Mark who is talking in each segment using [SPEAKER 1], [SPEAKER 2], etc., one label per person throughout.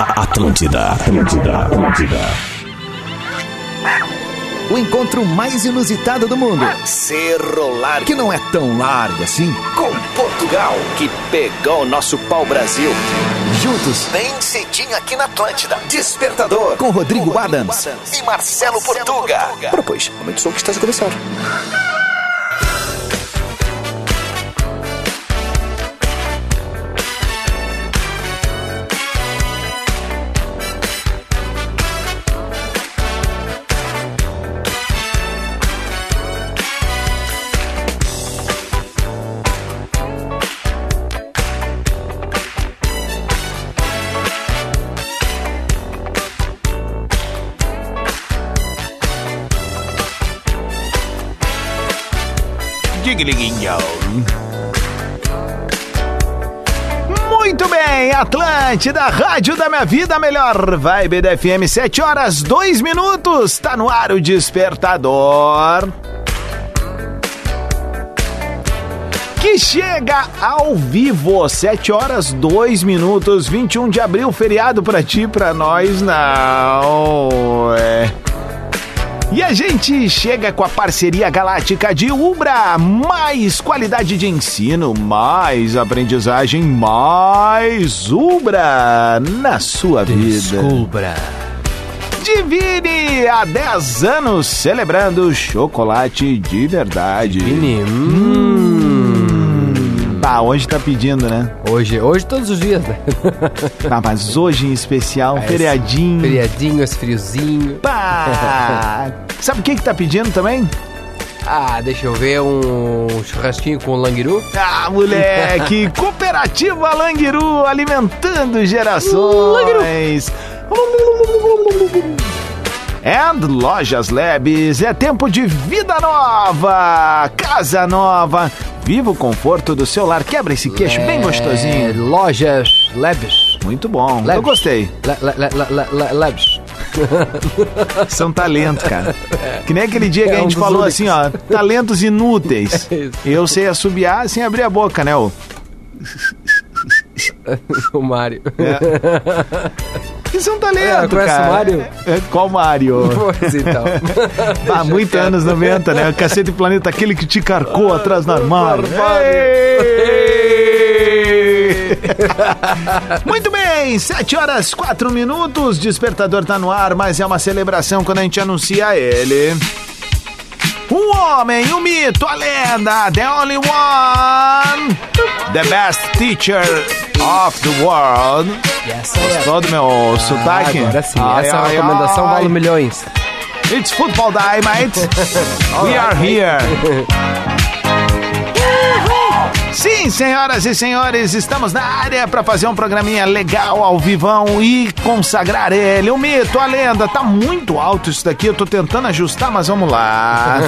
[SPEAKER 1] Atlântida, Atlântida, Atlântida.
[SPEAKER 2] O encontro mais inusitado do mundo. Cerro Largo. Que não é tão largo assim.
[SPEAKER 3] Com Portugal, que pegou o nosso pau-brasil.
[SPEAKER 2] Juntos.
[SPEAKER 3] Bem cedinho aqui na Atlântida. Despertador.
[SPEAKER 2] Com Rodrigo, com Rodrigo Adams.
[SPEAKER 3] Adams. E Marcelo, Marcelo Portuga. Portuga.
[SPEAKER 2] Ora, pois, momento som que está a começar.
[SPEAKER 4] Muito bem, Atlântida, Rádio da Minha Vida, a melhor vibe da FM, 7 horas, 2 minutos, tá no ar o despertador. Que chega ao vivo, 7 horas, 2 minutos, 21 de abril, feriado pra ti, pra nós, não, é... E a gente chega com a parceria galáctica de Ubra. Mais qualidade de ensino, mais aprendizagem, mais Ubra na sua vida.
[SPEAKER 5] Descubra.
[SPEAKER 4] Divine há 10 anos celebrando chocolate de verdade.
[SPEAKER 5] Divine. Hum.
[SPEAKER 4] Tá, hoje tá pedindo, né?
[SPEAKER 5] Hoje, hoje todos os dias, né?
[SPEAKER 4] Ah, mas hoje em especial, um feriadinho.
[SPEAKER 5] Feriadinho, esse friozinho.
[SPEAKER 4] Pá! Sabe o que que tá pedindo também?
[SPEAKER 5] Ah, deixa eu ver um churrasquinho com languiru.
[SPEAKER 4] Ah, moleque! Cooperativa Languiru alimentando gerações. Languiru. And Lojas Labs, é tempo de vida nova, casa nova, viva o conforto do seu lar, quebra esse queixo bem gostosinho.
[SPEAKER 5] É, Lojas Labs.
[SPEAKER 4] Muito bom,
[SPEAKER 5] Labs.
[SPEAKER 4] eu gostei.
[SPEAKER 5] La- la- la- la- la- Labs.
[SPEAKER 4] São talentos, cara. Que nem aquele dia que
[SPEAKER 5] É
[SPEAKER 4] a
[SPEAKER 5] um
[SPEAKER 4] gente
[SPEAKER 5] dos
[SPEAKER 4] falou
[SPEAKER 5] únicos.
[SPEAKER 4] assim, ó, talentos inúteis.
[SPEAKER 5] É isso.
[SPEAKER 4] Eu sei assobiar sem abrir a boca, né? ô?
[SPEAKER 5] o Mário.
[SPEAKER 4] É. Que são talentos,
[SPEAKER 5] Ah, conhece o
[SPEAKER 4] cara.
[SPEAKER 5] Mário?
[SPEAKER 4] É, é, qual Mário?
[SPEAKER 5] Pois então.
[SPEAKER 4] Há muitos anos 90, né? Cacete Planeta, aquele que te carcou
[SPEAKER 5] Ah,
[SPEAKER 4] atrás do armário. Ei! Muito bem, 7 horas 4 minutos. Despertador tá no ar, mas é uma celebração quando a gente anuncia ele. Um homem, um mito, a lenda, the only one, the best teacher of the world.
[SPEAKER 5] Essa é a-
[SPEAKER 4] Todo meu
[SPEAKER 5] Ah,
[SPEAKER 4] sotaque.
[SPEAKER 5] agora sim,
[SPEAKER 4] Ai,
[SPEAKER 5] essa
[SPEAKER 4] ai,
[SPEAKER 5] recomendação
[SPEAKER 4] ai.
[SPEAKER 5] vale milhões.
[SPEAKER 4] It's football day, mate. We are here. Sim, senhoras e senhores, estamos na área para fazer um programinha legal ao vivão e consagrar ele. O mito, a lenda, tá muito alto isso daqui, eu tô tentando ajustar, mas vamos lá.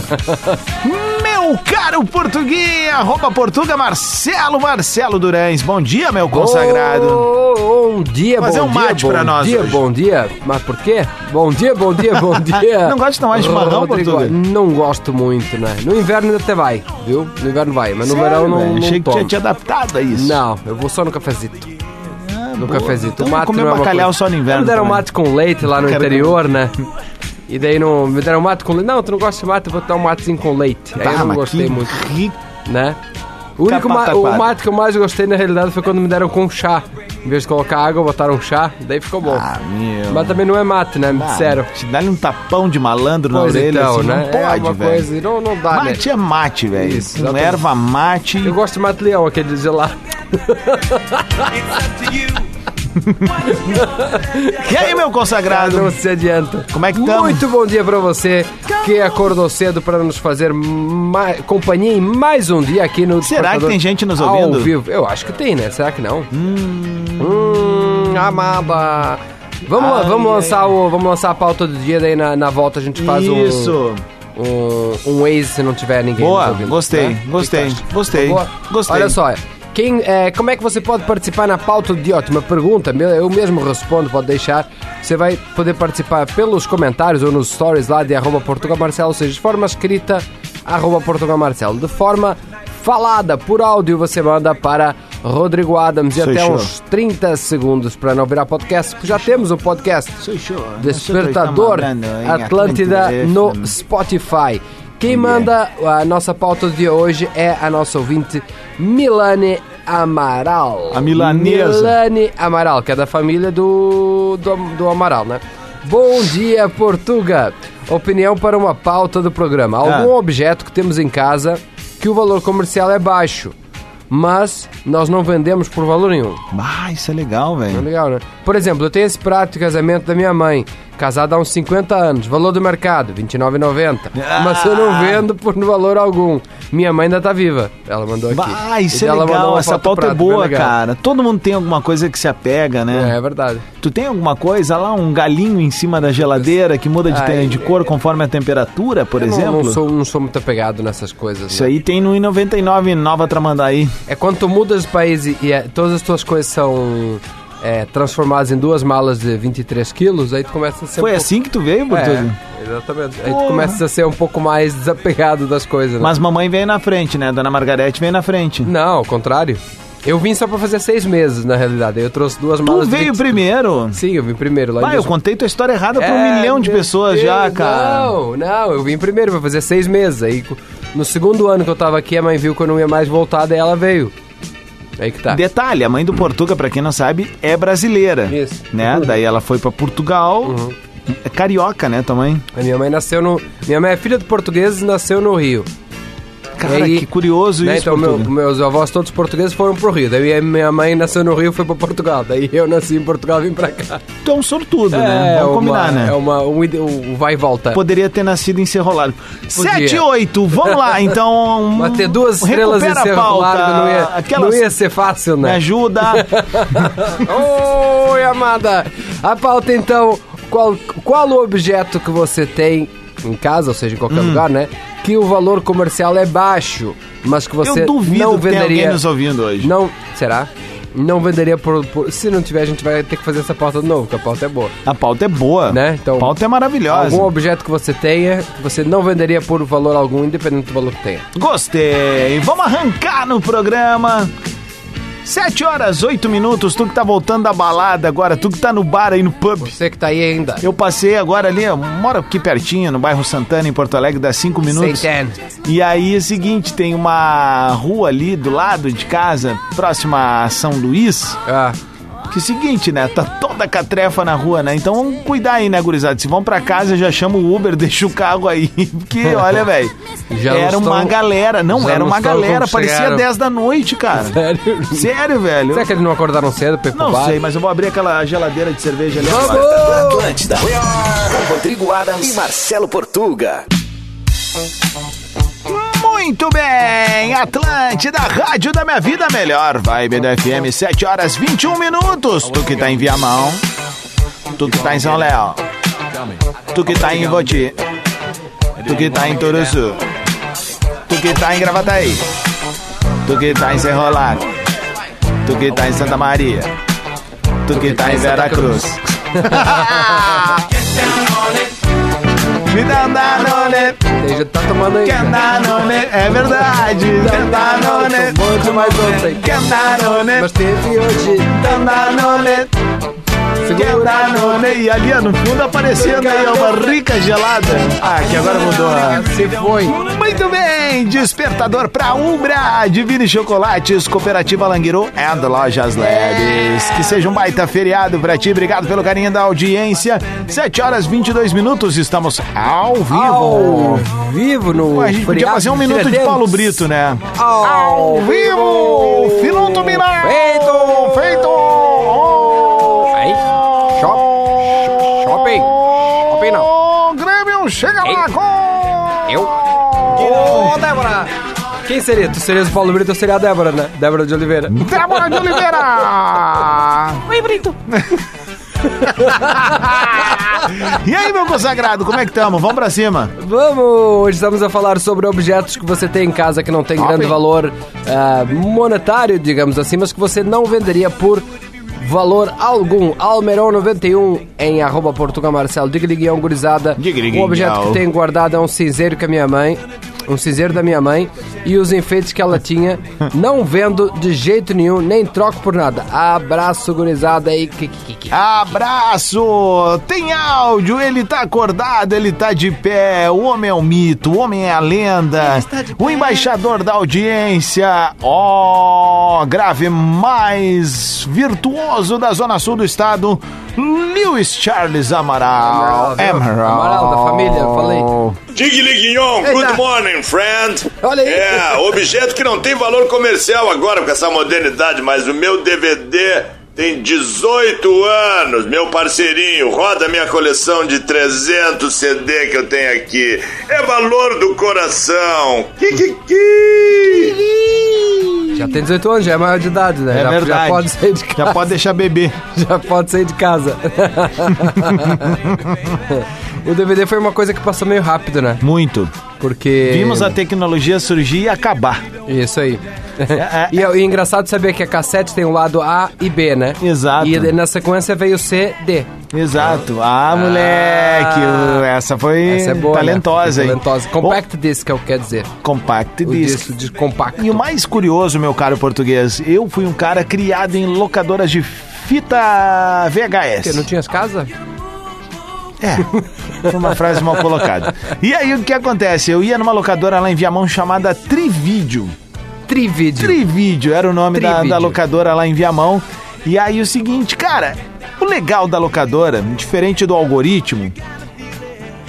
[SPEAKER 4] meu caro Portuguinha, arroba Portuga Marcelo, Marcelo Durães. Bom dia, meu consagrado.
[SPEAKER 5] Oh, bom dia,
[SPEAKER 4] Fazer
[SPEAKER 5] bom
[SPEAKER 4] um
[SPEAKER 5] dia,
[SPEAKER 4] mate
[SPEAKER 5] bom
[SPEAKER 4] pra nós
[SPEAKER 5] dia,
[SPEAKER 4] hoje.
[SPEAKER 5] bom dia. Mas por quê? Bom dia, bom dia, bom dia.
[SPEAKER 4] Não gosta de tomar chimarrão,
[SPEAKER 5] Rodrigo,
[SPEAKER 4] Portuga?
[SPEAKER 5] Não gosto muito, né? No inverno ainda até vai, viu? No inverno vai, mas no verão não,
[SPEAKER 4] velho,
[SPEAKER 5] não
[SPEAKER 4] Achei que
[SPEAKER 5] tomo.
[SPEAKER 4] tinha te adaptado a isso.
[SPEAKER 5] Não, eu vou só no cafezito. no
[SPEAKER 4] boa.
[SPEAKER 5] cafezito.
[SPEAKER 4] Então
[SPEAKER 5] o mate
[SPEAKER 4] comer
[SPEAKER 5] não é uma
[SPEAKER 4] bacalhau
[SPEAKER 5] coisa.
[SPEAKER 4] só no inverno
[SPEAKER 5] Me deram
[SPEAKER 4] também.
[SPEAKER 5] mate com leite lá no
[SPEAKER 4] Quero
[SPEAKER 5] interior, né? E daí não, me deram mate com leite. Não, tu não gosta de mate, eu vou te dar um matezinho com leite.
[SPEAKER 4] Bah,
[SPEAKER 5] Aí eu não
[SPEAKER 4] Tá, mas
[SPEAKER 5] gostei
[SPEAKER 4] que
[SPEAKER 5] muito,
[SPEAKER 4] rico.
[SPEAKER 5] né? O, único ma-
[SPEAKER 4] Capataquara.
[SPEAKER 5] o mate que eu mais gostei na realidade foi quando me deram com chá. Em vez de colocar água, botaram chá, daí ficou bom.
[SPEAKER 4] Ah, meu.
[SPEAKER 5] Mas também não é mate, né? Me
[SPEAKER 4] Ah,
[SPEAKER 5] disseram.
[SPEAKER 4] Te dá-lhe um tapão de malandro na
[SPEAKER 5] Pois
[SPEAKER 4] orelha,
[SPEAKER 5] então,
[SPEAKER 4] assim,
[SPEAKER 5] né?
[SPEAKER 4] não
[SPEAKER 5] é
[SPEAKER 4] pode,
[SPEAKER 5] uma
[SPEAKER 4] velho.
[SPEAKER 5] coisa, não, não dá, né?
[SPEAKER 4] Mate é mate, velho.
[SPEAKER 5] Isso,
[SPEAKER 4] Com
[SPEAKER 5] exatamente.
[SPEAKER 4] erva mate.
[SPEAKER 5] Eu gosto de mate leão, aquele gelado.
[SPEAKER 4] E aí, meu
[SPEAKER 5] Não
[SPEAKER 4] consagrado?
[SPEAKER 5] se adianta.
[SPEAKER 4] Como é que tamo?
[SPEAKER 5] Muito bom dia pra você que acordou cedo pra nos fazer ma- companhia em mais um dia aqui
[SPEAKER 4] Será
[SPEAKER 5] no
[SPEAKER 4] que
[SPEAKER 5] Despertador
[SPEAKER 4] tem gente nos
[SPEAKER 5] Ao
[SPEAKER 4] ouvindo?
[SPEAKER 5] vivo. Eu acho que tem, né? Será que não? Hum, amaba. Vamos, lá,
[SPEAKER 4] Ai,
[SPEAKER 5] vamos,
[SPEAKER 4] ai,
[SPEAKER 5] lançar o, vamos lançar a pauta do dia, daí na, na volta a gente faz um-
[SPEAKER 4] Isso.
[SPEAKER 5] um, um Waze se não tiver ninguém
[SPEAKER 4] Boa,
[SPEAKER 5] nos ouvindo,
[SPEAKER 4] gostei,
[SPEAKER 5] né?
[SPEAKER 4] gostei,
[SPEAKER 5] O que que tu acha?
[SPEAKER 4] gostei,
[SPEAKER 5] Boa?
[SPEAKER 4] gostei.
[SPEAKER 5] Olha só, quem, é, como é que você pode participar na pauta de ótima pergunta? Meu, Eu mesmo respondo, pode deixar. Você vai poder participar pelos comentários ou nos stories lá de arroba Portugal Marcelo, ou seja, de forma escrita, arroba Portugal Marcelo. De forma falada, por áudio, você manda para Rodrigo Adams e
[SPEAKER 4] Sei
[SPEAKER 5] até
[SPEAKER 4] show.
[SPEAKER 5] uns 30 segundos para não virar podcast, porque já temos o podcast
[SPEAKER 4] Sei show.
[SPEAKER 5] então, Despertador Atlântida no Spotify. Quem manda a nossa pauta do dia hoje é a nossa ouvinte Milane Amaral.
[SPEAKER 4] A milanesa.
[SPEAKER 5] Milane Amaral, que é da família do, do, do Amaral, né? Bom dia, Portuga. Opinião para uma pauta do programa. Algum
[SPEAKER 4] Ah.
[SPEAKER 5] objeto que temos em casa que o valor comercial é baixo, mas nós não vendemos por valor nenhum.
[SPEAKER 4] Ah, isso é legal,
[SPEAKER 5] É
[SPEAKER 4] velho.
[SPEAKER 5] legal, né? Por exemplo, eu tenho esse prato de casamento da minha mãe, casada há uns 50 anos, valor do mercado, R$29,90.
[SPEAKER 4] Ah!
[SPEAKER 5] Mas eu não vendo por valor algum. Minha mãe ainda tá viva. Ela mandou aqui.
[SPEAKER 4] Ah, isso
[SPEAKER 5] E
[SPEAKER 4] é
[SPEAKER 5] ela mandou
[SPEAKER 4] legal.
[SPEAKER 5] uma
[SPEAKER 4] Essa
[SPEAKER 5] foto do
[SPEAKER 4] pauta é
[SPEAKER 5] prato, bem
[SPEAKER 4] boa,
[SPEAKER 5] legal.
[SPEAKER 4] cara. Todo mundo tem alguma coisa que se apega, né?
[SPEAKER 5] É, é verdade.
[SPEAKER 4] Tu tem alguma coisa lá, um galinho em cima da geladeira que muda de, te-
[SPEAKER 5] Ai,
[SPEAKER 4] de cor conforme a temperatura, por
[SPEAKER 5] Eu não-
[SPEAKER 4] exemplo?
[SPEAKER 5] Não, sou, não sou muito apegado nessas coisas.
[SPEAKER 4] Isso
[SPEAKER 5] né?
[SPEAKER 4] aí tem no I99 em Nova Tramandaí.
[SPEAKER 5] É quando tu mudas de país e, e, é, todas as tuas coisas são é, transformadas em duas malas de 23 quilos, aí tu começa a ser.
[SPEAKER 4] Foi
[SPEAKER 5] um
[SPEAKER 4] assim que tu veio,
[SPEAKER 5] pouco...
[SPEAKER 4] Bortuzzi?
[SPEAKER 5] É, exatamente. Aí tu
[SPEAKER 4] Porra.
[SPEAKER 5] começa a ser um pouco mais desapegado das coisas, né?
[SPEAKER 4] Mas mamãe veio na frente, né? Dona Margarete veio na frente.
[SPEAKER 5] Não, ao contrário. Eu vim só pra fazer seis meses, na realidade. Eu trouxe duas
[SPEAKER 4] Tu
[SPEAKER 5] malas. de
[SPEAKER 4] veio
[SPEAKER 5] 20
[SPEAKER 4] primeiro?
[SPEAKER 5] Sim, eu vim primeiro. Lá em
[SPEAKER 4] Pai, eu
[SPEAKER 5] dois-
[SPEAKER 4] contei tua história errada pra um
[SPEAKER 5] É,
[SPEAKER 4] milhão de
[SPEAKER 5] meu
[SPEAKER 4] pessoas
[SPEAKER 5] Deus,
[SPEAKER 4] já, cara.
[SPEAKER 5] Não, não, eu vim primeiro, vai fazer seis meses. Aí co- no segundo ano que eu tava aqui, a mãe viu que eu não ia mais voltar, daí ela veio. Aí que tá.
[SPEAKER 4] Detalhe, a mãe do Portuga, pra quem não sabe, é brasileira.
[SPEAKER 5] Isso. Uhum.
[SPEAKER 4] Né? Daí ela foi pra Portugal. É carioca, né, tua mãe?
[SPEAKER 5] A minha mãe nasceu no. Minha mãe é filha de portugueses e nasceu no Rio.
[SPEAKER 4] Cara,
[SPEAKER 5] aí-
[SPEAKER 4] que curioso
[SPEAKER 5] Né?
[SPEAKER 4] isso,
[SPEAKER 5] Então, meu-
[SPEAKER 4] Portuga.
[SPEAKER 5] meus avós, todos portugueses, foram pro Rio. Daí a minha mãe nasceu no Rio e foi pra Portugal. Daí eu nasci em Portugal e vim pra cá.
[SPEAKER 4] Tu é um sortudo, né? Vamos
[SPEAKER 5] uma-
[SPEAKER 4] combinar, né?
[SPEAKER 5] É uma, um, ide- um vai e volta.
[SPEAKER 4] Poderia ter nascido em Cerro Largo. 7 e 8, vamos lá, então.
[SPEAKER 5] Mas ter duas estrelas em
[SPEAKER 4] recupera a
[SPEAKER 5] Cerro
[SPEAKER 4] pauta.
[SPEAKER 5] Largo não ia,
[SPEAKER 4] Aquelas-
[SPEAKER 5] não ia ser fácil,
[SPEAKER 4] Me
[SPEAKER 5] né?
[SPEAKER 4] ajuda.
[SPEAKER 5] Oi, amada! A pauta, então, qual, qual o objeto que você tem em casa, ou seja, em qualquer
[SPEAKER 4] Hum.
[SPEAKER 5] lugar, né? Que o valor comercial é baixo, mas que você
[SPEAKER 4] Eu
[SPEAKER 5] não
[SPEAKER 4] duvido que tenha alguém
[SPEAKER 5] venderia...
[SPEAKER 4] nos ouvindo hoje.
[SPEAKER 5] Não, será? Não venderia por, por- Se não tiver, a gente vai ter que fazer essa pauta de novo, porque a pauta é boa.
[SPEAKER 4] A pauta é boa.
[SPEAKER 5] Né? Então,
[SPEAKER 4] a pauta é maravilhosa.
[SPEAKER 5] Algum objeto que você tenha, que você não venderia por valor algum, independente do valor que tenha.
[SPEAKER 4] Gostei! Vamos arrancar no programa. 7 horas, 8 minutos, tu que tá voltando da balada agora, tu que tá no bar aí no pub.
[SPEAKER 5] Você que tá aí ainda.
[SPEAKER 4] Eu passei agora ali, eu moro aqui pertinho, no bairro Santana, em Porto Alegre, dá 5 minutos.
[SPEAKER 5] Sentando.
[SPEAKER 4] E aí é o seguinte, tem uma rua ali do lado de casa, próxima a São Luís,
[SPEAKER 5] Ah,
[SPEAKER 4] que é o seguinte, né? Tá toda catrefa na rua, né? Então vamos cuidar aí, né, gurizada? Se vão pra casa, já chama o Uber, deixa o carro aí, porque olha, velho.
[SPEAKER 5] Já
[SPEAKER 4] Era
[SPEAKER 5] não estão-
[SPEAKER 4] uma galera, não,
[SPEAKER 5] já
[SPEAKER 4] era
[SPEAKER 5] não
[SPEAKER 4] uma
[SPEAKER 5] estão
[SPEAKER 4] galera,
[SPEAKER 5] como
[SPEAKER 4] parecia
[SPEAKER 5] chegaram.
[SPEAKER 4] 10 da noite, cara.
[SPEAKER 5] sério? é
[SPEAKER 4] Sério, velho.
[SPEAKER 5] Será que eles não acordaram cedo pra ir pro
[SPEAKER 4] Não
[SPEAKER 5] bar?
[SPEAKER 4] sei, mas eu vou abrir aquela geladeira de cerveja ali agora.
[SPEAKER 5] Vamos!
[SPEAKER 3] Atlântida. Com Rodrigo Adams e Marcelo Portuga.
[SPEAKER 4] Muito bem, Atlântida, Rádio da Minha Vida Melhor, Vibe da FM, 7 horas 21 minutos. Tu que tá em Viamão, tu que tá em São Léo, tu que tá em Ivoti, tu que tá em Turuçu, tu que tá em Gravataí, tu que tá em Cerro Largo, tu que tá em Santa Maria, tu que tá em Vera Cruz. Me dá um danone.
[SPEAKER 5] Tem gente que tá tomando aí.
[SPEAKER 4] Quer Danone? É verdade. Quer Danone?
[SPEAKER 5] Muito mais ontem.
[SPEAKER 4] Quer Danone?
[SPEAKER 5] Mas teve hoje.
[SPEAKER 4] Quer Danone? Quer
[SPEAKER 5] Segura.
[SPEAKER 4] Danone? E ali ó, no fundo aparecendo aí ó, uma rica gelada. Ah, que agora mudou. né?
[SPEAKER 5] Se foi.
[SPEAKER 4] Muito bem, despertador pra Umbra, Divine Chocolates, Cooperativa Languiru and Lojas Leves. Que seja um baita feriado pra ti, obrigado pelo carinho da audiência. 7 horas 22 minutos, estamos ao vivo.
[SPEAKER 5] Ao vivo no.
[SPEAKER 4] Pô, a gente podia
[SPEAKER 5] feriado
[SPEAKER 4] fazer um minuto de
[SPEAKER 5] Tiradentes.
[SPEAKER 4] Paulo Brito, né?
[SPEAKER 5] Ao,
[SPEAKER 4] Filão Tuminá!
[SPEAKER 5] Feito!
[SPEAKER 4] Feito! Oh!
[SPEAKER 5] Aí. Shop- shopping. Shopping
[SPEAKER 4] não. Grêmio, chega lá,
[SPEAKER 5] Ei.
[SPEAKER 4] gol!
[SPEAKER 5] Eu. Ô, Débora! Quem seria? Tu serias o Paulo Brito ou seria a Débora, né? Débora de Oliveira.
[SPEAKER 4] Débora de Oliveira! Oi, Brito! e aí, meu consagrado, como é que estamos? Vamos pra cima.
[SPEAKER 5] Vamos! Hoje estamos a falar sobre objetos que você tem em casa que não tem grande
[SPEAKER 4] hein?
[SPEAKER 5] valor ah, monetário, digamos assim, mas que você não venderia por valor algum. Almeron 91 em arroba Portugal Marcelo. Diga-lhe guião gurizada.
[SPEAKER 4] Diga-lhe,
[SPEAKER 5] O objeto
[SPEAKER 4] guião.
[SPEAKER 5] que tenho guardado é um cinzeiro que a minha mãe um cinzeiro da minha mãe e os enfeites que ela tinha. Não vendo de jeito nenhum, nem troco por nada. Abraço, gurizada aí.
[SPEAKER 4] Ah.
[SPEAKER 5] Kikikiki.
[SPEAKER 4] Abraço! Tem áudio, ele tá acordado, ele tá de pé, o homem é o mito, o homem é a lenda, o embaixador da audiência, ó, grave mais virtuoso da Zona Sul do Estado, Lewis Charles Amaral.
[SPEAKER 5] Amaral, viu? Amaral da família, falei.
[SPEAKER 6] Diguiliguinhon, good
[SPEAKER 5] Eita.
[SPEAKER 6] morning, friend.
[SPEAKER 5] Olha aí.
[SPEAKER 6] É, objeto que não tem valor comercial agora com essa modernidade, mas o meu DVD tem 18 anos, meu parceirinho. Roda minha coleção de 300 CD que eu tenho aqui. É valor do coração. Kikiki!
[SPEAKER 5] Já tem 18 anos, já é maior de idade, né?
[SPEAKER 4] É
[SPEAKER 5] já,
[SPEAKER 4] verdade.
[SPEAKER 5] já pode sair de casa.
[SPEAKER 4] Já pode deixar beber.
[SPEAKER 5] Já pode sair de casa. o DVD foi uma coisa que passou meio rápido, né?
[SPEAKER 4] Muito.
[SPEAKER 5] Porque.
[SPEAKER 4] Vimos a tecnologia surgir e acabar.
[SPEAKER 5] Isso aí.
[SPEAKER 4] é.
[SPEAKER 5] e, é- e é engraçado saber que a cassete tem o lado A e B, né?
[SPEAKER 4] Exato.
[SPEAKER 5] E na sequência veio C, D.
[SPEAKER 4] Exato. Ah, moleque, essa foi
[SPEAKER 5] Essa é boa. né?
[SPEAKER 4] talentosa, hein?
[SPEAKER 5] Talentosa. Compact disc é o que quer dizer.
[SPEAKER 4] O compact
[SPEAKER 5] O
[SPEAKER 4] disc.
[SPEAKER 5] disco de compacto.
[SPEAKER 4] E o mais curioso, meu caro português, eu fui um cara criado em locadoras de fita
[SPEAKER 5] Porque não
[SPEAKER 4] VHS.
[SPEAKER 5] tinhas casa?
[SPEAKER 4] É, foi uma frase mal colocada. E aí o que acontece? Eu ia numa locadora lá em Viamão chamada Trivídeo.
[SPEAKER 5] Trivídeo.
[SPEAKER 4] Trivídeo era o nome da,
[SPEAKER 5] Trivídeo.
[SPEAKER 4] da locadora lá em Viamão. E aí o seguinte, cara, o legal da locadora, diferente do algoritmo,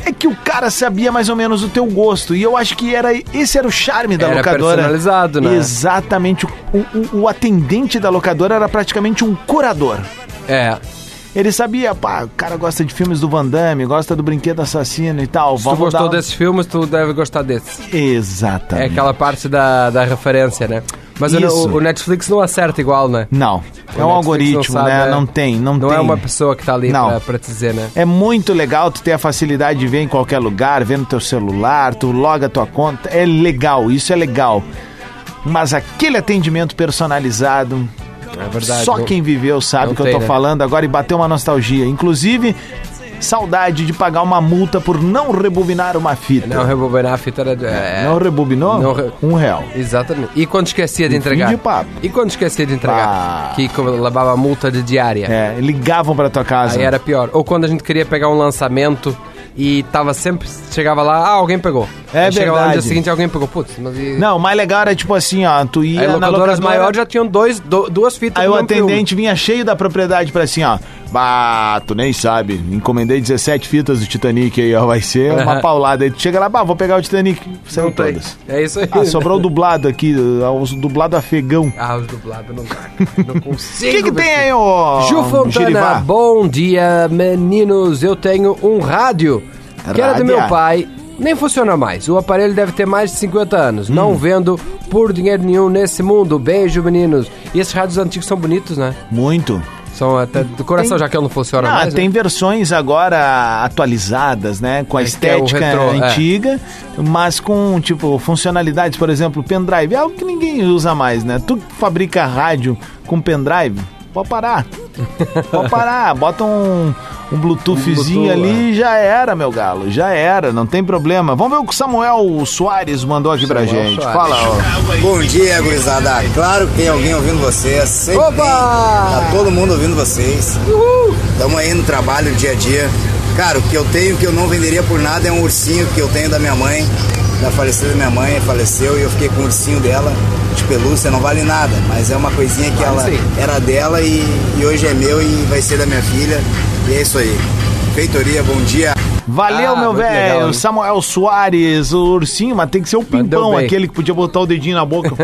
[SPEAKER 4] é que o cara sabia mais ou menos o teu gosto. E eu acho que era esse era o charme da
[SPEAKER 5] Era
[SPEAKER 4] locadora.
[SPEAKER 5] personalizado, né?
[SPEAKER 4] Exatamente. O, o- o atendente da locadora era praticamente um curador.
[SPEAKER 5] É.
[SPEAKER 4] Ele sabia, pá, o cara gosta de filmes do Van Damme, gosta do Brinquedo Assassino e tal.
[SPEAKER 5] Se tu gostou
[SPEAKER 4] dar- um-
[SPEAKER 5] desses filmes, tu deve gostar desse. É
[SPEAKER 4] Exatamente.
[SPEAKER 5] aquela parte da, da referência, né? Mas o,
[SPEAKER 4] Isso.
[SPEAKER 5] o Netflix não acerta igual, né?
[SPEAKER 4] Não, é
[SPEAKER 5] O Netflix
[SPEAKER 4] um
[SPEAKER 5] não
[SPEAKER 4] algoritmo,
[SPEAKER 5] sabe,
[SPEAKER 4] né?
[SPEAKER 5] é.
[SPEAKER 4] Não tem, não,
[SPEAKER 5] Não
[SPEAKER 4] tem.
[SPEAKER 5] é uma pessoa que tá ali
[SPEAKER 4] Não.
[SPEAKER 5] pra, pra te dizer, né?
[SPEAKER 4] É muito legal tu ter a facilidade de ver em qualquer lugar, ver no teu celular, tu loga a tua conta. É legal, isso é legal. Mas aquele atendimento personalizado.
[SPEAKER 5] É verdade.
[SPEAKER 4] Só
[SPEAKER 5] não-
[SPEAKER 4] quem viveu sabe
[SPEAKER 5] não
[SPEAKER 4] o que eu
[SPEAKER 5] tem,
[SPEAKER 4] tô
[SPEAKER 5] né?
[SPEAKER 4] falando agora e bateu uma nostalgia. Inclusive, saudade de pagar uma multa por não rebobinar uma fita.
[SPEAKER 5] Não, rebobinar a fita era. É,
[SPEAKER 4] Não rebobinou?
[SPEAKER 5] Não re-
[SPEAKER 4] Um real.
[SPEAKER 5] Exatamente. E quando esquecia de entregar?
[SPEAKER 4] fim de papo.
[SPEAKER 5] E quando esquecia de entregar?
[SPEAKER 4] Ah.
[SPEAKER 5] Que co- levava multa de diária.
[SPEAKER 4] É, ligavam pra tua casa.
[SPEAKER 5] Aí era pior. Ou quando a gente queria pegar um lançamento e tava sempre. Chegava lá, ah, alguém pegou.
[SPEAKER 4] É
[SPEAKER 5] Aí Chegava lá no dia
[SPEAKER 4] verdade.
[SPEAKER 5] seguinte, alguém pegou. Putz, mas e.
[SPEAKER 4] Não, o mais legal era tipo assim, ó, tu ia
[SPEAKER 5] Aí
[SPEAKER 4] na
[SPEAKER 5] locadoras
[SPEAKER 4] locadora...
[SPEAKER 5] maiores já tinham dois, do- duas fitas
[SPEAKER 4] Aí
[SPEAKER 5] do
[SPEAKER 4] o
[SPEAKER 5] mesmo filme.
[SPEAKER 4] atendente vinha cheio da propriedade pra assim, ó. Bah, tu nem sabe. Encomendei 17 fitas do Titanic aí, ó. Vai ser uma
[SPEAKER 5] Aham.
[SPEAKER 4] paulada. Aí tu chega lá, bah, vou pegar o Titanic. Saiu
[SPEAKER 5] Não tem.
[SPEAKER 4] todas.
[SPEAKER 5] É isso aí.
[SPEAKER 4] Ah, sobrou o dublado aqui, o dublado afegão.
[SPEAKER 5] Ah, os dublados não dá. cara. Não
[SPEAKER 4] O
[SPEAKER 5] consigo.
[SPEAKER 4] que, que
[SPEAKER 5] ver
[SPEAKER 4] tem
[SPEAKER 5] isso.
[SPEAKER 4] aí, ô?
[SPEAKER 5] Ju Fontana,
[SPEAKER 4] Girivá?
[SPEAKER 5] bom dia, meninos. Eu tenho um rádio que era do
[SPEAKER 4] Rádio.
[SPEAKER 5] meu pai. Nem funciona mais. O aparelho deve ter mais de 50 anos.
[SPEAKER 4] Hum.
[SPEAKER 5] Não vendo por dinheiro nenhum nesse mundo. Beijo, meninos. E esses rádios antigos são bonitos, né?
[SPEAKER 4] Muito.
[SPEAKER 5] São até do coração, já que ele não funciona
[SPEAKER 4] Ah,
[SPEAKER 5] mais.
[SPEAKER 4] tem
[SPEAKER 5] né?
[SPEAKER 4] versões agora atualizadas, né? Com a
[SPEAKER 5] É, que é o
[SPEAKER 4] estética
[SPEAKER 5] retrô, é.
[SPEAKER 4] antiga, mas com, tipo, funcionalidades, por exemplo, pendrive. É algo que ninguém usa mais, né? Tu que fabrica rádio com pendrive, pode parar. pode parar. Bota um, um Bluetoothzinho
[SPEAKER 5] Bluetooth, é.
[SPEAKER 4] ali e já era, meu galo. Já era, não tem problema. Vamos ver o que o Samuel Soares mandou aqui pra
[SPEAKER 5] Samuel
[SPEAKER 4] gente.
[SPEAKER 5] Soares.
[SPEAKER 4] Fala, ó.
[SPEAKER 7] Bom dia, gurizada. Claro que tem alguém ouvindo vocês. Sempre
[SPEAKER 5] Opa!
[SPEAKER 7] tem. Tá todo mundo ouvindo vocês. Estamos aí no trabalho, dia a dia. Cara, o que eu tenho que eu não venderia por nada é um ursinho que eu tenho da minha mãe, da falecida minha mãe, faleceu e eu fiquei com o ursinho dela de pelúcia, não vale nada, mas é uma coisinha que ela
[SPEAKER 5] sim.
[SPEAKER 7] era dela e, e hoje é meu e vai ser da minha filha. E é isso aí. Feitoria, bom dia.
[SPEAKER 4] Valeu,
[SPEAKER 5] Ah,
[SPEAKER 4] meu
[SPEAKER 5] muito legal,
[SPEAKER 4] velho.
[SPEAKER 5] hein?
[SPEAKER 4] Samuel Soares, o ursinho, mas tem que ser o
[SPEAKER 5] Mandou
[SPEAKER 4] pimpão,
[SPEAKER 5] bem.
[SPEAKER 4] aquele que podia botar o dedinho na boca.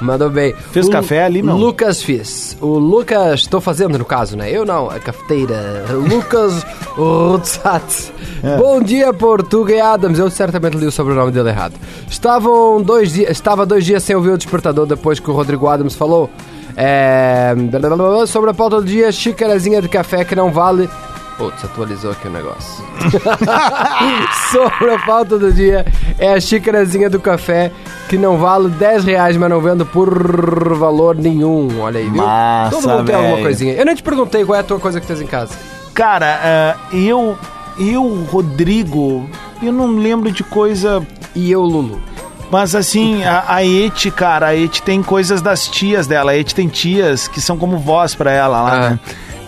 [SPEAKER 5] Mandou bem.
[SPEAKER 4] Fez café ali, não?
[SPEAKER 5] Lucas fiz. O Lucas, estou fazendo no caso, né? Eu não, a cafeteira. Lucas Rutsat.
[SPEAKER 4] É.
[SPEAKER 5] Bom dia, Portuga e Adams. Eu certamente li o sobrenome dele errado. Estavam dois dias, estava dois dias sem ouvir o despertador depois que o Rodrigo Adams falou. É, blá, blá, blá, blá, sobre a pauta do dia, xícarazinha de café que não vale. Putz, atualizou aqui o negócio. Sobre a pauta do dia é a xícarazinha do café que não vale 10 reais, mas não vendo por valor nenhum. Olha aí, viu?
[SPEAKER 4] Massa,
[SPEAKER 5] Todo mundo tem alguma
[SPEAKER 4] velho.
[SPEAKER 5] coisinha. Eu não te perguntei qual é a tua coisa que tens em casa.
[SPEAKER 4] eh, Cara, ah, eu, eu, Rodrigo, eu não lembro de coisa
[SPEAKER 5] e eu, Lulu.
[SPEAKER 4] Mas assim, a, a Eti, cara, a Eti tem coisas das tias dela. A Eti tem tias que são como voz pra ela lá,
[SPEAKER 5] Ah.
[SPEAKER 4] né?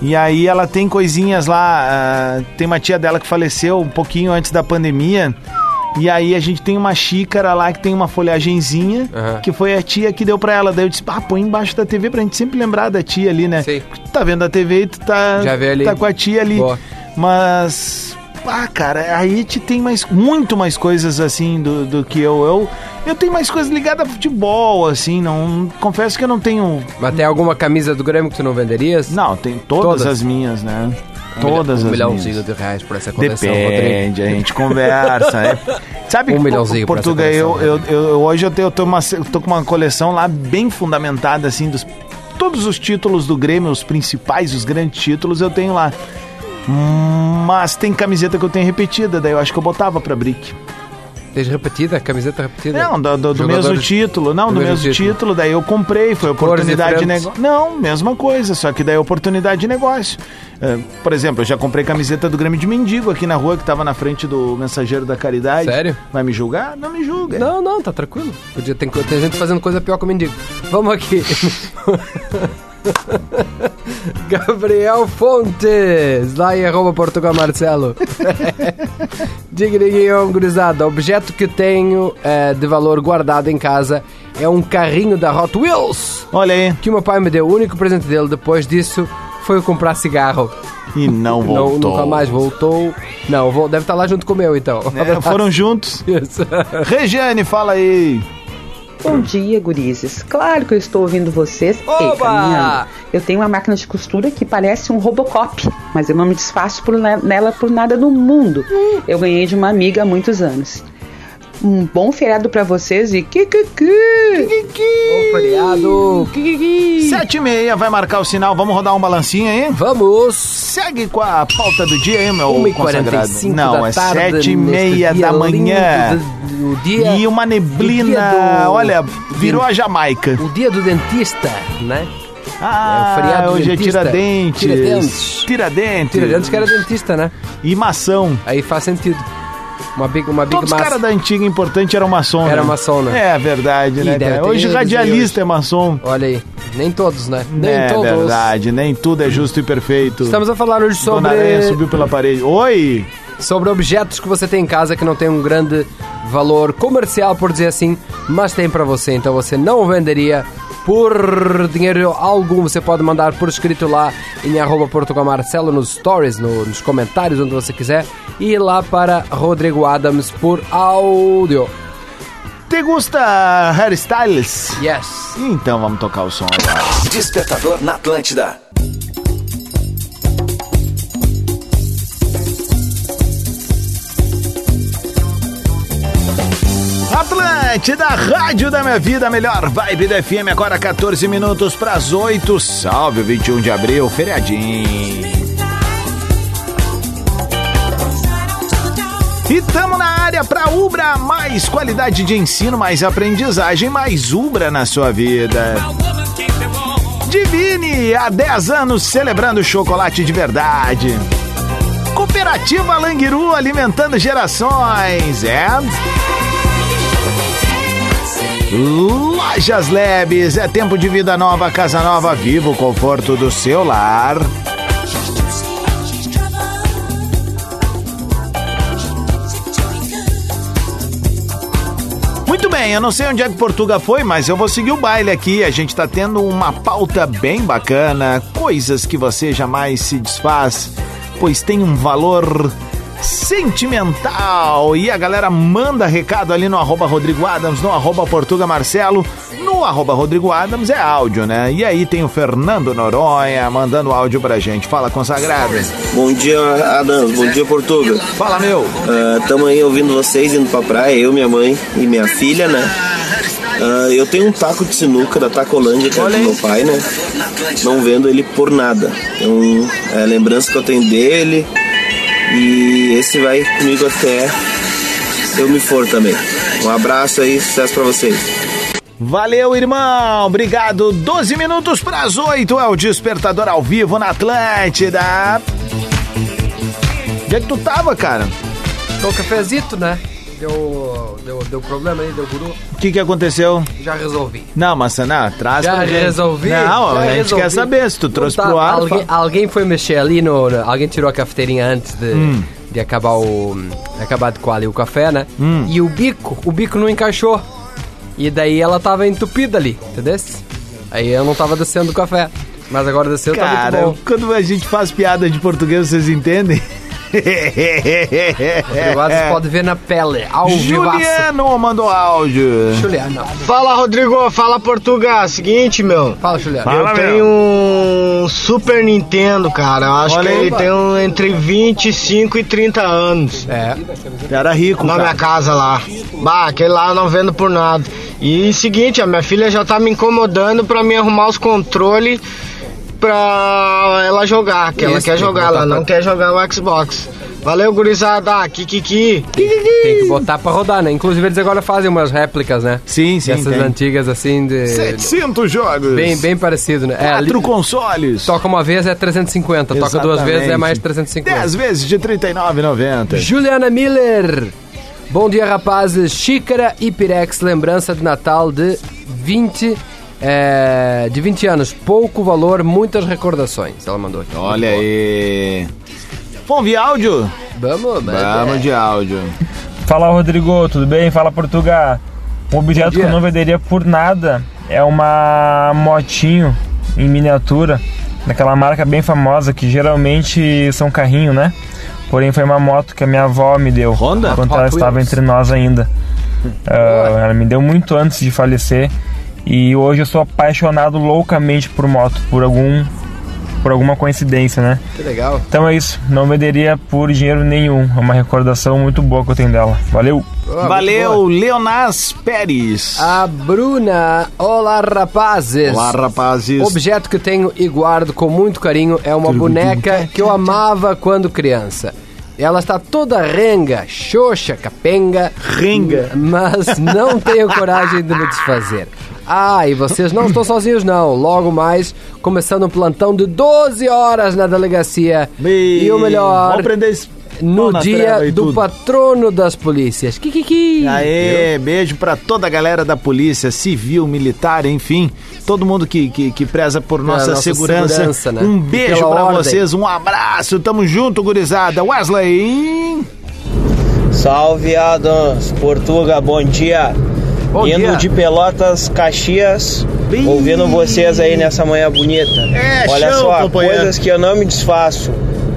[SPEAKER 4] E aí ela tem coisinhas lá. ah, tem uma tia dela que faleceu um pouquinho antes da pandemia. E aí a gente tem uma xícara lá que tem uma folhagenzinha,
[SPEAKER 5] Aham.
[SPEAKER 4] que foi a tia que deu pra ela. Daí eu disse, ah, põe embaixo da TV pra gente sempre lembrar da tia ali, né?
[SPEAKER 5] Sei.
[SPEAKER 4] Porque Tu tá vendo a TV e tu tá,
[SPEAKER 5] Já vê ali.
[SPEAKER 4] tá com a tia ali.
[SPEAKER 5] Boa.
[SPEAKER 4] Mas. Ah, cara, a IT tem mais, muito mais coisas assim do, do que eu. eu. Eu tenho mais coisas ligadas a futebol, assim, não. Confesso que eu não tenho.
[SPEAKER 5] Mas tem alguma camisa do Grêmio que tu não venderias?
[SPEAKER 4] Não, tem todas,
[SPEAKER 5] Todas.
[SPEAKER 4] as minhas, né? Todas
[SPEAKER 5] um
[SPEAKER 4] as
[SPEAKER 5] milhãozinho
[SPEAKER 4] minhas.
[SPEAKER 5] de reais por essa coleção, Rodrigo.
[SPEAKER 4] Depende, a gente conversa. é. Sabe
[SPEAKER 5] Um
[SPEAKER 4] que po-
[SPEAKER 5] milhãozinho pra essa né?
[SPEAKER 4] Portuga,
[SPEAKER 5] coleção,
[SPEAKER 4] eu, eu, eu- hoje eu, tenho, eu tô, uma- eu tô com uma coleção lá bem fundamentada, assim, dos todos os títulos do Grêmio, os principais, os grandes títulos, eu tenho lá. Mas tem camiseta que eu tenho repetida, daí eu acho que eu botava pra Brick.
[SPEAKER 5] Tens repetida, camiseta repetida?
[SPEAKER 4] Não, do, do- do
[SPEAKER 5] Jogadores-
[SPEAKER 4] mesmo título. Não,
[SPEAKER 5] do
[SPEAKER 4] do
[SPEAKER 5] mesmo
[SPEAKER 4] mesmo
[SPEAKER 5] título.
[SPEAKER 4] título. Daí eu comprei, foi
[SPEAKER 5] Cores
[SPEAKER 4] oportunidade de
[SPEAKER 5] diferentes.
[SPEAKER 4] negócio. Não, mesma coisa, só que daí é oportunidade de negócio. É, por exemplo, eu já comprei camiseta do Grêmio de Mendigo aqui na rua, que tava na frente do Mensageiro da Caridade.
[SPEAKER 5] Sério?
[SPEAKER 4] Vai me julgar? Não me julga.
[SPEAKER 5] Não, não, tá tranquilo. Podia ter, tem gente fazendo coisa pior que o mendigo. Vamos aqui. Gabriel Fontes, lá em arroba Portugal Marcelo. Digriguinho, gurizada. Objeto que tenho eh, de valor guardado em casa é um carrinho da Hot Wheels
[SPEAKER 4] Olha aí.
[SPEAKER 5] que meu pai me deu. O único presente dele depois disso foi comprar cigarro.
[SPEAKER 4] E não
[SPEAKER 5] Não,
[SPEAKER 4] voltou.
[SPEAKER 5] nunca mais voltou. Não, vou- deve estar lá junto com o meu então.
[SPEAKER 4] É, foram juntos.
[SPEAKER 5] Isso.
[SPEAKER 4] Regiane, fala aí.
[SPEAKER 8] Bom dia, gurizes. Claro que eu estou ouvindo vocês
[SPEAKER 5] Oba!
[SPEAKER 8] e caminhando. Eu tenho uma máquina de costura que parece um Robocop, mas eu não me desfaço por ne- nela por nada no mundo. Eu ganhei de uma amiga há muitos anos. Um bom feriado pra vocês e que que que.
[SPEAKER 5] Bom feriado.
[SPEAKER 4] Sete e meia vai marcar o sinal. Vamos rodar um balancinho aí?
[SPEAKER 5] Vamos!
[SPEAKER 4] Segue com a pauta do dia aí, meu
[SPEAKER 5] 1h45
[SPEAKER 4] consagrado. Não,
[SPEAKER 5] da
[SPEAKER 4] é
[SPEAKER 5] tarde.
[SPEAKER 4] sete e meia
[SPEAKER 5] neste dia
[SPEAKER 4] da manhã.
[SPEAKER 5] lindo do- do dia-
[SPEAKER 4] E uma
[SPEAKER 5] do
[SPEAKER 4] neblina,
[SPEAKER 5] dia do-
[SPEAKER 4] olha, virou a Jamaica.
[SPEAKER 5] O dia do dentista, né?
[SPEAKER 4] Ah,
[SPEAKER 5] É, o feriado
[SPEAKER 4] hoje é
[SPEAKER 5] dentista.
[SPEAKER 4] Tiradentes.
[SPEAKER 5] Tiradentes.
[SPEAKER 4] Tiradentes.
[SPEAKER 5] Tira antes que era dentista, né?
[SPEAKER 4] E maçã.
[SPEAKER 5] Aí faz sentido. Uma big, uma big
[SPEAKER 4] Todos os
[SPEAKER 5] massa.
[SPEAKER 4] caras da antiga importante eram maçom.
[SPEAKER 5] Era maçom, né?
[SPEAKER 4] É verdade,
[SPEAKER 5] Ih,
[SPEAKER 4] né?
[SPEAKER 5] deve
[SPEAKER 4] cara?
[SPEAKER 5] ter
[SPEAKER 4] Hoje
[SPEAKER 5] eles
[SPEAKER 4] radialista
[SPEAKER 5] e
[SPEAKER 4] é maçom.
[SPEAKER 5] Olha aí, nem todos, né? Nem
[SPEAKER 4] é
[SPEAKER 5] todos.
[SPEAKER 4] verdade, nem tudo é justo e perfeito.
[SPEAKER 5] Estamos a falar hoje
[SPEAKER 4] Dona Aranha
[SPEAKER 5] sobre,
[SPEAKER 4] subiu pela parede. Oi!
[SPEAKER 5] sobre objetos que você tem em casa que não tem um grande valor comercial, por dizer assim, mas tem pra você, então você não venderia por dinheiro algum. Você pode mandar por escrito lá em arroba Portugal Marcelo nos stories, no- nos comentários, onde você quiser, e ir lá para Rodrigo Adams por áudio.
[SPEAKER 4] Te gusta hairstyles?
[SPEAKER 5] Yes!
[SPEAKER 4] Então vamos tocar o som agora.
[SPEAKER 3] Despertador na Atlântida.
[SPEAKER 4] Atlântida, Rádio da Minha Vida, a melhor vibe da FM, agora 14 minutos para as 8. Salve, 21 de abril, feriadinho. E tamo na área pra Ubra, mais qualidade de ensino, mais aprendizagem, mais Ubra na sua vida. Divine, há 10 anos celebrando chocolate de verdade. Cooperativa Languiru alimentando gerações. É. Lojas Lebes, é tempo de vida nova, casa nova, viva o conforto do seu lar. Muito bem, eu não sei onde é que Portuga foi, mas eu vou seguir o baile aqui. A gente tá tendo uma pauta bem bacana, coisas que você jamais se desfaz, pois tem um valor sentimental. E a galera manda recado ali no arroba Rodrigo Adams, no arroba Portuga Marcelo, no arroba Rodrigo Adams é áudio, né? E aí tem o Fernando Noronha mandando áudio pra gente. Fala, consagrado.
[SPEAKER 9] Bom dia, Adams. Bom dia, Portuga.
[SPEAKER 4] Fala, meu.
[SPEAKER 9] Estamos aí ouvindo vocês indo pra praia, eu, minha mãe e minha filha, né? Ah, eu tenho um taco de sinuca da Tacolândia, que é do meu pai, né? Não vendo ele por nada. É, um, é a lembrança que eu tenho dele. E esse vai comigo até eu me for também. Um abraço aí, sucesso pra vocês.
[SPEAKER 4] Valeu, irmão. Obrigado. 12 minutos para as 8 é o Despertador ao vivo na Atlântida. Onde é que tu tava, cara?
[SPEAKER 5] Tô cafezito, né? Deu, deu, deu problema aí, deu guru.
[SPEAKER 4] O que, que aconteceu?
[SPEAKER 5] Já resolvi.
[SPEAKER 4] Não, Massaná, traz
[SPEAKER 5] Já
[SPEAKER 4] pra gente.
[SPEAKER 5] resolvi.
[SPEAKER 4] Não,
[SPEAKER 5] já
[SPEAKER 4] a gente
[SPEAKER 5] resolvi.
[SPEAKER 4] quer saber se tu
[SPEAKER 5] Não
[SPEAKER 4] trouxe
[SPEAKER 5] tá,
[SPEAKER 4] pro ar.
[SPEAKER 5] Alguém,
[SPEAKER 4] fa-
[SPEAKER 5] alguém foi mexer ali no, no- Alguém tirou a cafeteirinha antes de,
[SPEAKER 4] Hum.
[SPEAKER 5] de acabar o. Acabar de coar ali o café, né?
[SPEAKER 4] Hum.
[SPEAKER 5] E o bico, o bico não encaixou. E daí ela tava entupida ali, entendeu? Aí eu não tava descendo o café. Mas agora desceu, tá
[SPEAKER 4] Cara,
[SPEAKER 5] muito bom.
[SPEAKER 4] quando a gente faz piada de português, vocês entendem? é,
[SPEAKER 5] Privados pode ver na pele, ao vivaço.
[SPEAKER 4] Juliano mandou áudio.
[SPEAKER 5] Juliano,
[SPEAKER 10] Fala Rodrigo, fala Portugal. Seguinte, meu.
[SPEAKER 5] fala Juliano.
[SPEAKER 4] Fala,
[SPEAKER 10] eu
[SPEAKER 4] meu.
[SPEAKER 10] tenho um Super Nintendo, cara. Eu acho
[SPEAKER 4] Olha
[SPEAKER 10] que
[SPEAKER 4] aí,
[SPEAKER 10] ele
[SPEAKER 4] mano.
[SPEAKER 10] tem um, entre 25 e 30 anos.
[SPEAKER 5] É,
[SPEAKER 4] Era rico,
[SPEAKER 10] Na minha
[SPEAKER 4] um cara.
[SPEAKER 10] casa lá. Bah, aquele lá eu não vendo por nada. E seguinte, a minha filha já tá me incomodando pra me arrumar os controles pra ela jogar, que ela
[SPEAKER 5] Isso,
[SPEAKER 10] quer
[SPEAKER 5] tem que
[SPEAKER 10] jogar,
[SPEAKER 5] botar
[SPEAKER 10] ela
[SPEAKER 5] pra-
[SPEAKER 10] não quer jogar o Xbox. Valeu, gurizada. Ah, Kikiki.
[SPEAKER 5] tem que botar pra rodar, né? Inclusive eles agora fazem umas réplicas, né?
[SPEAKER 4] Sim, sim,
[SPEAKER 5] Essas
[SPEAKER 4] tem.
[SPEAKER 5] antigas assim de.
[SPEAKER 4] 700 jogos.
[SPEAKER 5] Bem, bem parecido, né? É,
[SPEAKER 4] Quatro
[SPEAKER 5] ali-
[SPEAKER 4] consoles.
[SPEAKER 5] Toca uma vez é 350, toca duas
[SPEAKER 4] Exatamente.
[SPEAKER 5] vezes é
[SPEAKER 4] 10
[SPEAKER 5] mais 350.
[SPEAKER 4] vezes de 39,90.
[SPEAKER 5] Juliana Miller. Bom dia, rapazes. Xícara e Pirex, lembrança de Natal de 20, é, de 20 anos. Pouco valor, muitas recordações. Ela mandou aqui.
[SPEAKER 4] Olha aí. Vamos ver áudio?
[SPEAKER 5] Vamos, é,
[SPEAKER 4] Vamos
[SPEAKER 5] mano.
[SPEAKER 4] de áudio.
[SPEAKER 11] Fala Rodrigo, tudo bem? Fala Portuga. Um objeto
[SPEAKER 5] dia.
[SPEAKER 11] que eu não venderia por nada é uma motinho em miniatura, daquela marca bem famosa que geralmente são carrinho, né? Porém foi uma moto que a minha avó me deu
[SPEAKER 4] Honda?
[SPEAKER 11] quando
[SPEAKER 5] Hot
[SPEAKER 11] ela estava
[SPEAKER 5] Wheels.
[SPEAKER 11] entre nós ainda. Ah, ela me deu muito antes de falecer e hoje eu sou apaixonado loucamente por moto, por algum por alguma coincidência, né?
[SPEAKER 5] Que legal.
[SPEAKER 11] Então é isso, não venderia por dinheiro nenhum. É uma recordação muito boa que eu tenho dela. Valeu!
[SPEAKER 5] Ó, muito
[SPEAKER 4] Valeu, Leonás Pérez.
[SPEAKER 5] boa. A Bruna. Olá, rapazes.
[SPEAKER 4] Olá, rapazes.
[SPEAKER 5] Objeto que eu tenho e guardo com muito carinho é uma boneca que eu amava quando criança. Ela está toda renga, xoxa, capenga.
[SPEAKER 4] Renga.
[SPEAKER 5] Mas não tenho coragem de me desfazer. Ah, e vocês não estão sozinhos, não. Logo mais, começando um plantão de 12 horas na delegacia. E, o melhor,
[SPEAKER 4] Vamos prender esse pau
[SPEAKER 5] no
[SPEAKER 4] na
[SPEAKER 5] dia
[SPEAKER 4] treva e
[SPEAKER 5] do
[SPEAKER 4] tudo.
[SPEAKER 5] patrono das polícias. Kikiki!
[SPEAKER 4] Aê, beijo pra toda a galera da polícia, civil, militar, enfim, todo mundo que, que, que preza por nossa,
[SPEAKER 5] nossa
[SPEAKER 4] segurança.
[SPEAKER 5] segurança, né?
[SPEAKER 4] Um
[SPEAKER 5] E
[SPEAKER 4] beijo
[SPEAKER 5] pela
[SPEAKER 4] pra
[SPEAKER 5] ordem.
[SPEAKER 4] vocês, um abraço, tamo junto, gurizada. Wesley!
[SPEAKER 9] Salve, Adams. Portuga, bom dia.
[SPEAKER 5] Bom
[SPEAKER 9] Indo
[SPEAKER 5] dia.
[SPEAKER 9] de Pelotas, Caxias,
[SPEAKER 4] Bem.
[SPEAKER 9] ouvindo vocês aí nessa manhã bonita.
[SPEAKER 4] É,
[SPEAKER 9] Olha
[SPEAKER 4] show,
[SPEAKER 9] só,
[SPEAKER 4] companheiro.
[SPEAKER 9] coisas que eu não me desfaço.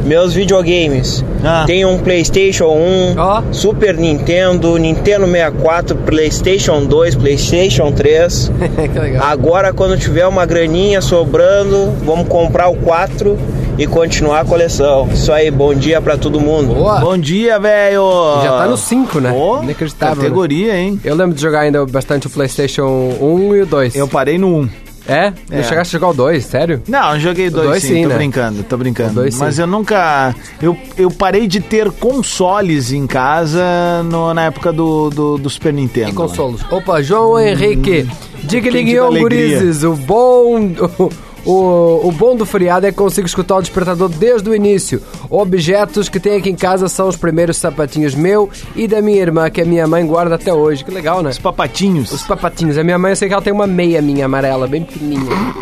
[SPEAKER 9] Meus videogames.
[SPEAKER 4] Ah.
[SPEAKER 9] Tenho um Playstation 1,
[SPEAKER 5] Ó.
[SPEAKER 9] Super Nintendo, Nintendo 64, Playstation 2, Playstation 3.
[SPEAKER 5] que
[SPEAKER 4] Ah,
[SPEAKER 5] legal.
[SPEAKER 9] Agora, quando tiver uma graninha sobrando, vamos comprar o 4 e continuar a coleção. Isso aí, bom dia pra todo mundo.
[SPEAKER 5] Boa!
[SPEAKER 4] Bom dia, velho!
[SPEAKER 5] Já tá no 5, né?
[SPEAKER 4] Ô,
[SPEAKER 5] Inacreditável. né?
[SPEAKER 4] Categoria, hein?
[SPEAKER 5] Eu lembro de jogar ainda bastante o PlayStation 1 e o 2.
[SPEAKER 4] Eu parei no 1. Um.
[SPEAKER 5] É? Não
[SPEAKER 4] É.
[SPEAKER 5] chegaste a jogar o 2, sério?
[SPEAKER 4] Não, eu joguei dois,
[SPEAKER 5] dois
[SPEAKER 4] sim,
[SPEAKER 5] sim,
[SPEAKER 4] tô
[SPEAKER 5] né?
[SPEAKER 4] brincando, tô brincando.
[SPEAKER 5] O dois
[SPEAKER 4] Mas
[SPEAKER 5] sim.
[SPEAKER 4] eu nunca. Eu, eu parei de ter consoles em casa no- na época do, do, do Super Nintendo.
[SPEAKER 5] E
[SPEAKER 4] né?
[SPEAKER 5] consolos. Opa, João Henrique.
[SPEAKER 4] Hum. pouquinho
[SPEAKER 5] Diga
[SPEAKER 4] de
[SPEAKER 5] liguinho,
[SPEAKER 4] alegria.
[SPEAKER 5] gurizes. O bom. O, o, o bom do feriado é que consigo escutar o despertador desde o início. Objetos que tem aqui em casa são os primeiros sapatinhos meu e da minha irmã, que a minha mãe guarda até hoje. Que legal, né?
[SPEAKER 4] Os papatinhos.
[SPEAKER 5] Os papatinhos. A minha mãe, eu sei que ela tem uma meia minha amarela, bem pequenininha.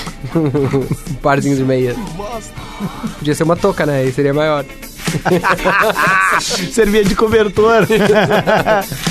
[SPEAKER 5] um parzinho de meia. Podia ser uma touca, né? Aí seria maior.
[SPEAKER 4] Servia de cobertor.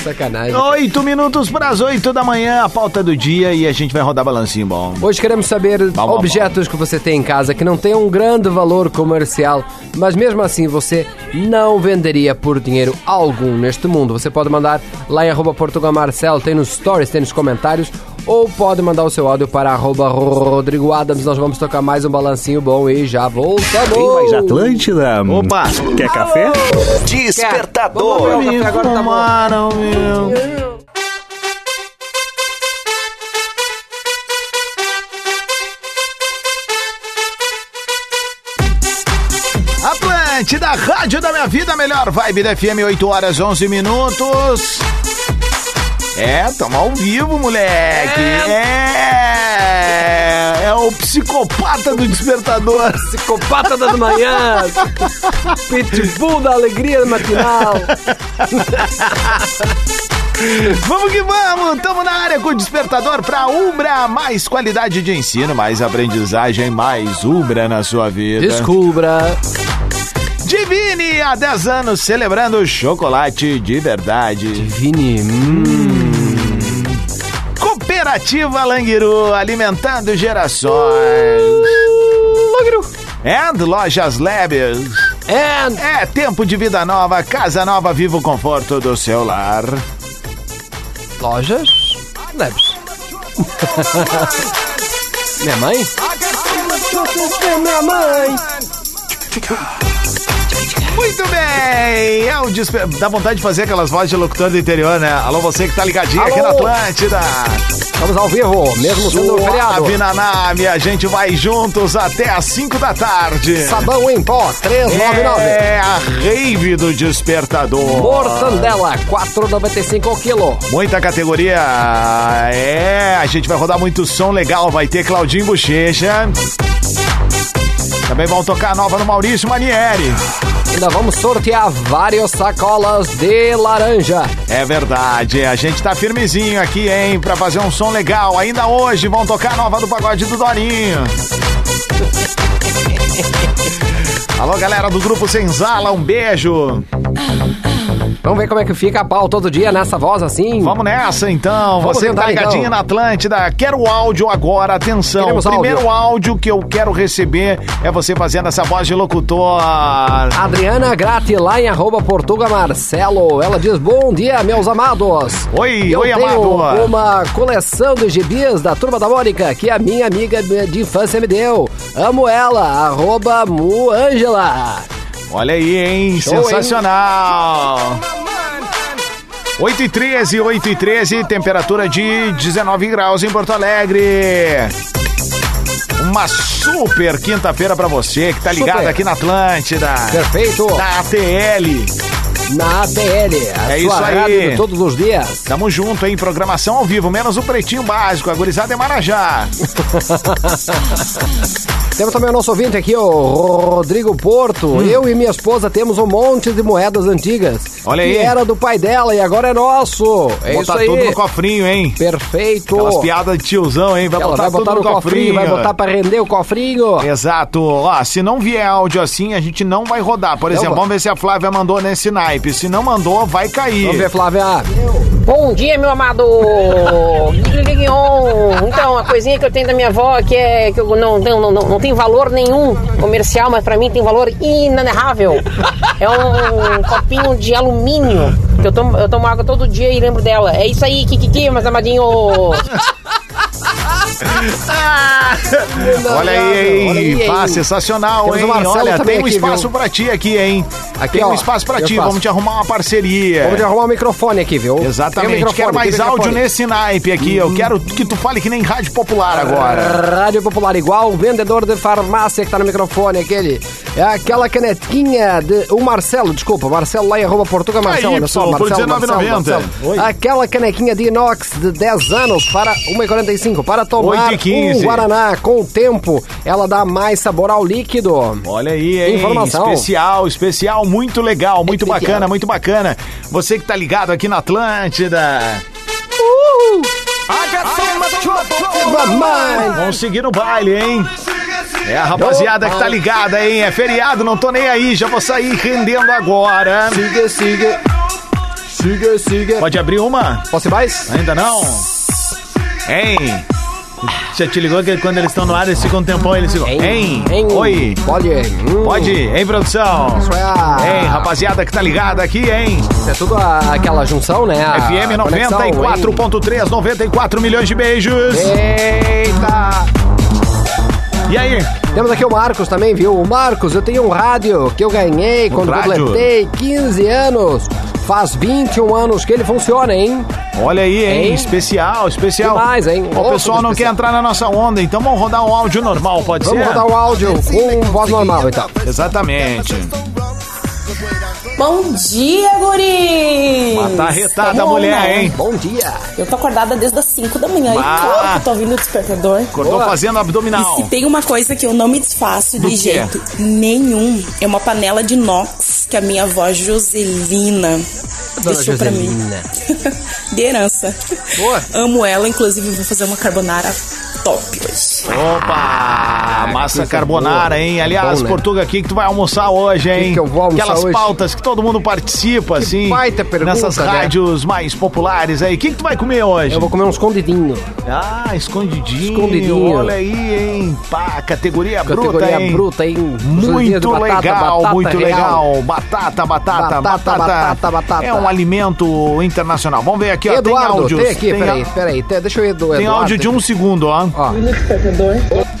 [SPEAKER 5] Sacanagem.
[SPEAKER 4] Oito minutos para as oito da manhã, a pauta do dia e a gente vai rodar balancinho bom.
[SPEAKER 5] Hoje queremos saber
[SPEAKER 4] bom, bom.
[SPEAKER 5] objetos que você tem em casa que não tem um grande valor comercial, mas mesmo assim você não venderia por dinheiro algum neste mundo. Você pode mandar lá em arroba Portugal Marcel, tem nos stories, tem nos comentários, ou pode mandar o seu áudio para arroba Rodrigo Adams. Nós vamos tocar mais um balancinho bom e já voltamos.
[SPEAKER 1] Atlântida.
[SPEAKER 4] Opa!
[SPEAKER 1] Quer café?
[SPEAKER 5] Vamos
[SPEAKER 3] Despertador.
[SPEAKER 5] lá, meu, agora tá bom.
[SPEAKER 4] Tomaram, meu. Atlântida, Rádio da Minha Vida, melhor vibe da FM, 8 horas 11 minutos. É, tamo ao vivo, moleque. É, é, o o psicopata do despertador.
[SPEAKER 5] Psicopata das manhãs. Pitbull da alegria matinal.
[SPEAKER 4] Vamos que vamos, tamo na área com o despertador pra Umbra. Mais qualidade de ensino, mais aprendizagem, mais Umbra na sua vida.
[SPEAKER 5] Descubra.
[SPEAKER 4] Divine, há 10 anos celebrando chocolate de verdade.
[SPEAKER 5] Vini. Hum.
[SPEAKER 4] Cooperativa Languiru, alimentando gerações.
[SPEAKER 5] Uh,
[SPEAKER 4] And Lojas Leves.
[SPEAKER 5] And
[SPEAKER 4] É tempo de vida nova, casa nova, vivo o conforto do seu lar.
[SPEAKER 5] lojas. Labs. Minha mãe? Minha mãe.
[SPEAKER 4] Muito bem, é o desper... Dá vontade de fazer aquelas vozes de locutor do interior, né? Alô, você que tá ligadinho aqui na
[SPEAKER 5] Alô.
[SPEAKER 4] Atlântida.
[SPEAKER 5] Vamos ao vivo, mesmo sendo feriado.
[SPEAKER 4] Suave Naná, minha gente vai juntos até às 5 da tarde.
[SPEAKER 5] Sabão em pó, 399.
[SPEAKER 4] É a rave do despertador.
[SPEAKER 5] Mortandela, 4,95 o quilo.
[SPEAKER 4] Muita categoria. É, a gente vai rodar muito som legal. Vai ter Claudinho Bochecha. Também vão tocar a nova do Maurício Manieri.
[SPEAKER 5] Ainda vamos sortear várias sacolas de laranja.
[SPEAKER 4] É verdade, a gente tá firmezinho aqui, hein, pra fazer um som legal. Ainda hoje vão tocar a nova do pagode do Dorinho. Alô, galera do Grupo Senzala, um beijo.
[SPEAKER 5] Vamos ver como é que fica a pau todo dia nessa voz assim.
[SPEAKER 4] Vamos nessa então,
[SPEAKER 5] Vamos
[SPEAKER 4] você tá
[SPEAKER 5] tentar,
[SPEAKER 4] ligadinho
[SPEAKER 5] então.
[SPEAKER 4] na Atlântida. Quero o áudio agora, atenção.
[SPEAKER 5] Queremos
[SPEAKER 4] o primeiro áudio. que eu quero receber é você fazendo essa voz de locutor.
[SPEAKER 5] Adriana Grati, lá em arroba Portuga Marcelo. Ela diz, bom dia, meus amados.
[SPEAKER 4] Oi,
[SPEAKER 5] Eu
[SPEAKER 4] oi,
[SPEAKER 5] tenho
[SPEAKER 4] amado.
[SPEAKER 5] uma coleção de gibis da Turma da Mônica, que a minha amiga de infância me deu. Amo ela, arroba muangela.
[SPEAKER 4] Olha aí, hein?
[SPEAKER 5] Show, hein?
[SPEAKER 4] Sensacional! 8 e 13, 8 e 13, temperatura de 19 graus em Porto Alegre. Uma super quinta-feira pra você que tá ligado
[SPEAKER 5] Super.
[SPEAKER 4] aqui na Atlântida.
[SPEAKER 5] Perfeito,
[SPEAKER 4] Da ATL.
[SPEAKER 5] na ATL, a
[SPEAKER 4] É
[SPEAKER 5] sua
[SPEAKER 4] isso aí.
[SPEAKER 5] rádio de todos os dias.
[SPEAKER 4] Tamo junto, hein? Programação ao vivo, menos o pretinho básico. A gurizada é Marajá.
[SPEAKER 5] Temos também o nosso ouvinte aqui, o Rodrigo Porto.
[SPEAKER 4] Hum.
[SPEAKER 5] Eu e minha esposa temos um monte de moedas antigas.
[SPEAKER 4] Olha
[SPEAKER 5] que
[SPEAKER 4] aí.
[SPEAKER 5] era do pai dela e agora é nosso. É isso
[SPEAKER 4] botar
[SPEAKER 5] aí.
[SPEAKER 4] tudo no cofrinho, hein?
[SPEAKER 5] Perfeito.
[SPEAKER 4] Aquelas piadas de tiozão, hein? Vai
[SPEAKER 5] Ela
[SPEAKER 4] botar
[SPEAKER 5] vai
[SPEAKER 4] tudo
[SPEAKER 5] botar no cofrinho, vai botar pra render o cofrinho.
[SPEAKER 4] Exato. Ó, se não vier áudio assim, a gente não vai rodar. Por exemplo,
[SPEAKER 5] vai.
[SPEAKER 4] vamos ver se a Flávia mandou nesse naipe. Se não mandou, vai
[SPEAKER 5] Vamos
[SPEAKER 4] cair.
[SPEAKER 5] ver, Flávia.
[SPEAKER 12] Bom dia, meu amado! Então, a coisinha que eu tenho da minha avó que é que eu não, não, não, não tem valor nenhum comercial, mas pra mim tem valor inenarrável. É um copinho de alumínio. Que eu, tomo, eu tomo água todo dia e lembro dela. É isso aí, Kikiki, meus amadinhos!
[SPEAKER 4] Olha aí,
[SPEAKER 5] Olha aí,
[SPEAKER 4] hein? Pá,
[SPEAKER 5] hein?
[SPEAKER 4] sensacional,
[SPEAKER 5] Temos o
[SPEAKER 4] hein?
[SPEAKER 5] Marcelo
[SPEAKER 4] Olha,
[SPEAKER 5] também
[SPEAKER 4] tem um
[SPEAKER 5] aqui,
[SPEAKER 4] espaço
[SPEAKER 5] viu?
[SPEAKER 4] pra ti aqui, hein?
[SPEAKER 5] Aqui,
[SPEAKER 4] tem um
[SPEAKER 5] ó,
[SPEAKER 4] espaço pra
[SPEAKER 5] tem
[SPEAKER 4] ti.
[SPEAKER 5] espaço.
[SPEAKER 4] Vamos te arrumar uma parceria.
[SPEAKER 5] Vamos arrumar o microfone aqui, viu? Tem o
[SPEAKER 4] Exatamente.
[SPEAKER 5] microfone,
[SPEAKER 4] Quero
[SPEAKER 5] tem
[SPEAKER 4] mais
[SPEAKER 5] o microfone.
[SPEAKER 4] áudio nesse naipe aqui. Eu quero que tu fale que nem rádio popular agora.
[SPEAKER 5] Rádio Popular igual, o vendedor de farmácia que tá no microfone, aquele. É aquela canetinha de. O Marcelo, desculpa, Marcelo lá em arroba Portuga Marcelo.
[SPEAKER 4] Aí,
[SPEAKER 5] olha só,
[SPEAKER 4] pessoal, é por
[SPEAKER 5] Marcelo,
[SPEAKER 4] R$19,90.
[SPEAKER 5] Marcelo, Marcelo.
[SPEAKER 4] Oi.
[SPEAKER 5] Aquela canequinha de inox de 10 anos para 1,45 para tomar
[SPEAKER 4] 8,15.
[SPEAKER 5] um Guaraná com o tempo. Ela dá mais sabor ao líquido.
[SPEAKER 4] Olha aí, hein?
[SPEAKER 5] Informação.
[SPEAKER 4] Especial, especial, muito legal, muito
[SPEAKER 5] Especial.
[SPEAKER 4] bacana, muito bacana. Você que tá ligado aqui na Atlântida.
[SPEAKER 5] Mamãe!
[SPEAKER 4] Vamos seguir o baile, hein? É a rapaziada que tá ligada, hein? É feriado, não tô nem aí, já vou sair rendendo agora.
[SPEAKER 5] Siga, siga. Siga, siga.
[SPEAKER 4] Pode abrir uma?
[SPEAKER 5] Posso ir mais?
[SPEAKER 4] Ainda não? Hein? Já te ligou que quando eles estão no ar, eles ficam um tempão, eles ficam. Hein? Oi?
[SPEAKER 5] Pode. Hum,
[SPEAKER 4] Pode, hein, produção?
[SPEAKER 5] Isso é a-
[SPEAKER 4] Hein, rapaziada que tá ligada aqui, hein?
[SPEAKER 5] É tudo a- aquela junção, né? A
[SPEAKER 4] FM
[SPEAKER 5] conexão, hein? É.
[SPEAKER 4] 94.3, 94 milhões de beijos.
[SPEAKER 5] Eita!
[SPEAKER 4] E aí?
[SPEAKER 5] Temos aqui o Marcos também, viu? O Marcos, eu tenho um rádio que eu ganhei quando
[SPEAKER 4] Um rádio?
[SPEAKER 5] completei 15 anos. Faz 21 anos que ele funciona, hein?
[SPEAKER 4] Olha aí, hein?
[SPEAKER 5] Hein?
[SPEAKER 4] Especial, especial.
[SPEAKER 5] Demais, hein?
[SPEAKER 4] O
[SPEAKER 5] Outro
[SPEAKER 4] pessoal não quer
[SPEAKER 5] especial.
[SPEAKER 4] entrar na nossa onda, então vamos rodar um áudio normal, pode
[SPEAKER 5] Vamos um-
[SPEAKER 4] ser?
[SPEAKER 5] rodar o áudio com voz normal, então.
[SPEAKER 4] Exatamente.
[SPEAKER 13] Bom dia, guri!
[SPEAKER 4] Mas tá retada a mulher, hein?
[SPEAKER 5] Bom né? dia!
[SPEAKER 13] Eu tô acordada desde as 5 da manhã
[SPEAKER 4] Bah.
[SPEAKER 13] e tô, tô ouvindo o despertador.
[SPEAKER 4] Acordou fazendo abdominal.
[SPEAKER 13] E se tem uma coisa que eu não me desfaço
[SPEAKER 4] Do
[SPEAKER 13] de
[SPEAKER 4] quê?
[SPEAKER 13] jeito nenhum, é uma panela de inox que a minha avó Joselina
[SPEAKER 5] Dona
[SPEAKER 13] deixou pra mim.
[SPEAKER 5] Joselina.
[SPEAKER 13] De herança. Amo ela, inclusive vou fazer uma carbonara top hoje.
[SPEAKER 5] Ah,
[SPEAKER 4] Opa! Massa
[SPEAKER 13] coisa
[SPEAKER 4] carbonara,
[SPEAKER 13] boa.
[SPEAKER 4] hein? Aliás,
[SPEAKER 13] Bom, né?
[SPEAKER 4] Portuga, o que, que tu vai almoçar hoje, hein?
[SPEAKER 5] que que eu vou almoçar
[SPEAKER 4] Aquelas
[SPEAKER 5] hoje?
[SPEAKER 4] pautas que todo mundo participa, assim.
[SPEAKER 5] baita pergunta,
[SPEAKER 4] Nessas
[SPEAKER 5] né?
[SPEAKER 4] rádios mais populares aí. O que, que tu vai comer hoje?
[SPEAKER 5] Eu vou comer um escondidinho.
[SPEAKER 4] Ah, escondidinho.
[SPEAKER 5] Escondidinho.
[SPEAKER 4] Olha aí, hein? Pá, categoria, bruta,
[SPEAKER 5] Categoria
[SPEAKER 4] hein?
[SPEAKER 5] bruta, hein? Escondidinho de
[SPEAKER 4] Muito
[SPEAKER 5] batata,
[SPEAKER 4] legal,
[SPEAKER 5] batata
[SPEAKER 4] muito
[SPEAKER 5] real.
[SPEAKER 4] legal. Batata, batata,
[SPEAKER 5] Batata,
[SPEAKER 4] batata,
[SPEAKER 5] batata, batata.
[SPEAKER 4] É um alimento internacional. Vamos ver aqui, ó.
[SPEAKER 5] Eduardo,
[SPEAKER 4] tem áudios.
[SPEAKER 5] aqui,
[SPEAKER 4] tem
[SPEAKER 5] peraí,
[SPEAKER 4] á-
[SPEAKER 5] peraí. Tem- deixa eu ir do
[SPEAKER 4] Tem
[SPEAKER 5] Eduardo
[SPEAKER 4] áudio de
[SPEAKER 5] aqui.
[SPEAKER 4] um segundo, ó.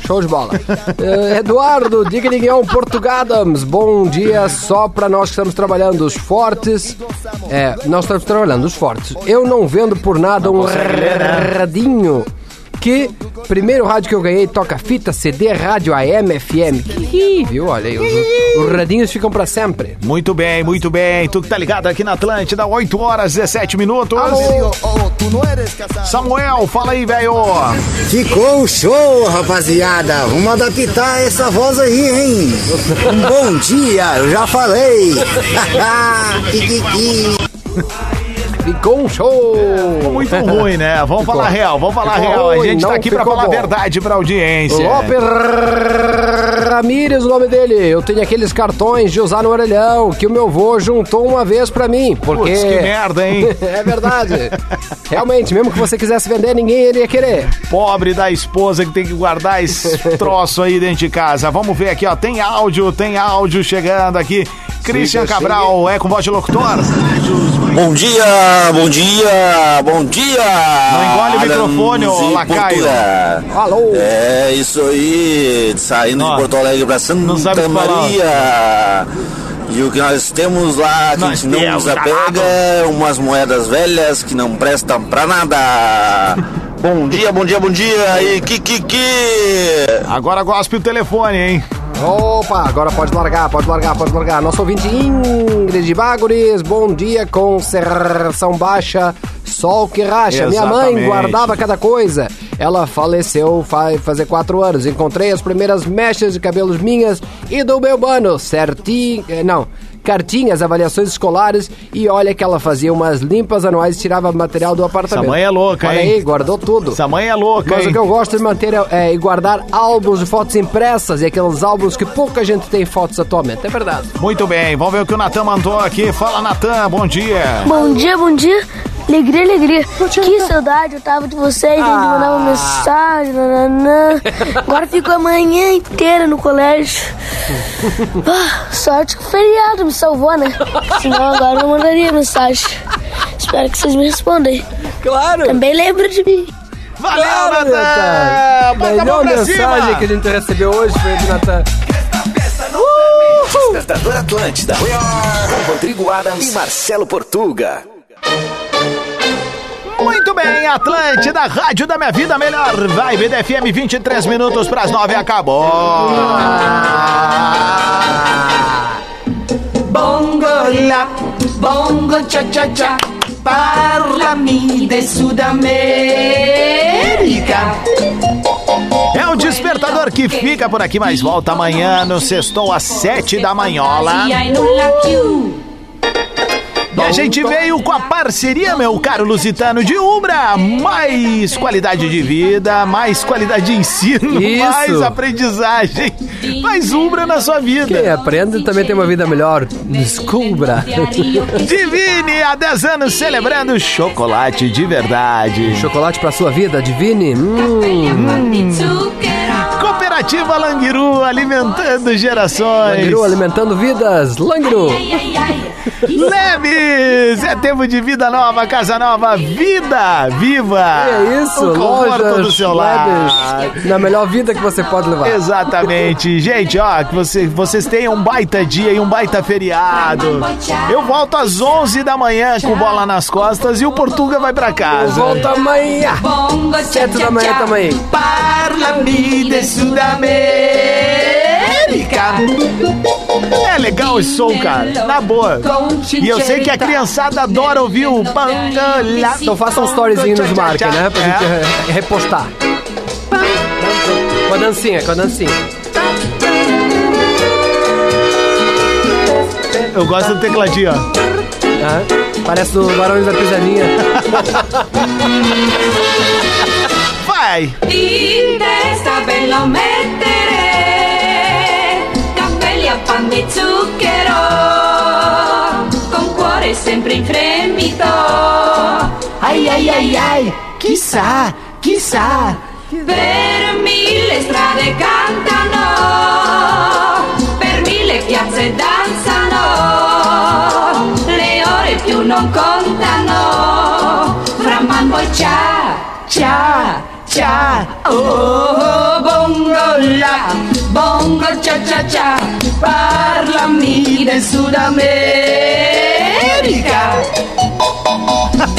[SPEAKER 5] Show de bola. Eh, Eduardo, diga Dignião Portugadams, bom dia só para nós que estamos trabalhando os fortes. É, nós estamos trabalhando os fortes. Eu não vendo por nada um radinho. Que primeiro rádio que eu ganhei toca fita, CD, rádio AM, FM. Que- Viu? Olha aí, os, os radinhos ficam para sempre.
[SPEAKER 4] Muito bem, muito bem. Tu que tá ligado aqui na Atlântida, 8 horas 17 minutos. Samuel, fala aí, velho.
[SPEAKER 7] Ficou show, rapaziada. Vamos adaptar essa voz aí, hein? Um bom dia, eu já falei.
[SPEAKER 5] Ficou um show!
[SPEAKER 4] Ficou muito ruim, né? Vamos
[SPEAKER 5] Ficou.
[SPEAKER 4] falar real, vamos falar
[SPEAKER 5] Ficou
[SPEAKER 4] real. A
[SPEAKER 5] ruim,
[SPEAKER 4] gente tá
[SPEAKER 5] não
[SPEAKER 4] aqui pra
[SPEAKER 5] ficou
[SPEAKER 4] falar a
[SPEAKER 5] bom.
[SPEAKER 4] verdade pra audiência.
[SPEAKER 5] Lopes Ramírez, o nome dele. Eu tenho aqueles cartões de usar no orelhão que o meu vô juntou uma vez pra mim. Porque.
[SPEAKER 4] Putz, que merda, hein?
[SPEAKER 5] é verdade. Realmente, mesmo que você quisesse vender, ninguém iria querer.
[SPEAKER 4] Pobre da esposa que tem que guardar esse troço aí dentro de casa. Vamos ver aqui, ó. Tem áudio, tem áudio chegando aqui. Christian Cabral, é com voz de locutor.
[SPEAKER 14] Bom dia, bom dia, bom dia! Não
[SPEAKER 4] engole o microfone, ô lacaio.
[SPEAKER 5] Alô!
[SPEAKER 14] É isso aí, saindo de Porto Alegre pra Santa Maria. E o que nós temos lá, que a
[SPEAKER 15] Nós
[SPEAKER 14] gente não
[SPEAKER 15] temos
[SPEAKER 14] nos apega, é umas moedas velhas que não prestam pra nada. bom dia, bom dia, bom dia! E que que que?
[SPEAKER 4] Agora gospe o telefone, hein?
[SPEAKER 5] Opa, agora pode largar, pode largar, pode largar. Nosso ouvinte Ingrid Bagures, bom dia com serração baixa, sol que racha. Minha mãe
[SPEAKER 16] Exatamente.
[SPEAKER 5] guardava cada coisa. Ela faleceu faz fazer quatro anos. Encontrei as primeiras mechas de cabelos minhas e do meu mano, certinho... eh, Não, cartinhas, avaliações escolares e olha que ela fazia umas limpas anuais e tirava material do apartamento.
[SPEAKER 4] mãe é louca,
[SPEAKER 5] olha
[SPEAKER 4] hein?
[SPEAKER 5] aí, guardou tudo.
[SPEAKER 4] Essa mãe é louca,
[SPEAKER 5] Mas
[SPEAKER 4] hein?
[SPEAKER 5] o que eu gosto de manter é, é, e guardar álbuns de fotos impressas e aqueles álbuns que pouca gente tem fotos atualmente. É verdade.
[SPEAKER 4] Muito bem, vamos ver o que o Natan mandou aqui. Fala, Natan, bom dia.
[SPEAKER 17] Bom dia, bom dia. Alegria, alegria. Que saudade, eu tava de vocês, a gente mandava mensagem, nananã. Agora fico a manhã inteira no colégio. Ah, sorte que o feriado me salvou, né? Senão agora eu não mandaria mensagem. Espero que vocês me respondam aí.
[SPEAKER 5] Claro!
[SPEAKER 17] Também lembro de mim.
[SPEAKER 4] Valeu,
[SPEAKER 5] Claro,
[SPEAKER 17] Natan!
[SPEAKER 5] Natan! A
[SPEAKER 17] Bota a
[SPEAKER 5] melhor
[SPEAKER 17] mão pra
[SPEAKER 5] mensagem
[SPEAKER 17] cima!
[SPEAKER 5] que a gente recebeu hoje foi do Natan.
[SPEAKER 3] Despertador Atlântida. Com Rodrigo Adams e Marcelo Portuga.
[SPEAKER 4] Muito bem, Atlântida, Rádio da Minha Vida a Melhor. Vai, BDFM, 23 minutos pras 9, acabou.
[SPEAKER 18] Bongo la, bongo cha cha cha, parlami de Sudamérica.
[SPEAKER 4] É o despertador que fica por aqui, mas volta amanhã no Sextou às 7 da manhola.
[SPEAKER 18] E aí no Laquiu.
[SPEAKER 4] E a gente veio com a parceria, meu caro Lusitano, de Umbra. Mais qualidade de vida, mais qualidade de ensino,
[SPEAKER 5] Isso.
[SPEAKER 4] mais aprendizagem, mais Umbra na sua vida.
[SPEAKER 5] Quem é? aprende também tem uma vida melhor. Descubra.
[SPEAKER 4] Divine, há 10 anos celebrando chocolate de verdade.
[SPEAKER 5] Chocolate pra sua vida, Divine. Hum,
[SPEAKER 4] Cooperativa Langiru, alimentando gerações.
[SPEAKER 17] É
[SPEAKER 5] Langiru, alimentando vidas. Langiru.
[SPEAKER 4] Leves, é tempo de vida nova, casa nova, vida viva.
[SPEAKER 5] É isso,
[SPEAKER 4] o conforto
[SPEAKER 5] lojas,
[SPEAKER 4] do seu lar.
[SPEAKER 5] Leves, na melhor vida que você pode levar.
[SPEAKER 4] Exatamente. Gente, ó, que você- vocês tenham um baita dia e um baita feriado. Eu volto às 11 da manhã com bola nas costas e o Portuga vai pra casa.
[SPEAKER 5] Volta amanhã. Sete da manhã também.
[SPEAKER 18] Parlami de Sudamérica.
[SPEAKER 4] É legal esse som, cara. Na boa. E eu sei que a criançada adora ouvir o Pangolá.
[SPEAKER 5] Então faça um storyzinho nos marca, né? Pra gente
[SPEAKER 4] É.
[SPEAKER 5] re- repostar. Com a dancinha, com a dancinha.
[SPEAKER 4] Eu gosto do tecladinho, ó.
[SPEAKER 5] Parece do Barões da Pisadinha.
[SPEAKER 4] Vai!
[SPEAKER 18] Y de esta vez lo meteré. Camelia pa' mi zucchero. Con cuore sempre in fremito. Ay, ay, ay, ay. Chissà, chissà. Per mille strade cantano. Per mille piazze danzano. Le ore più non contano. Fra mambo e ciao, ciao. Cha, oh, oh, bongo la, bongo cha cha cha, parlami del Sudamerica.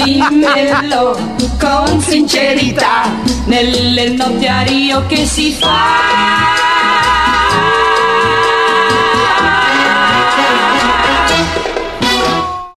[SPEAKER 18] Dimmelo con sincerità, nelle notti a Rio che si fa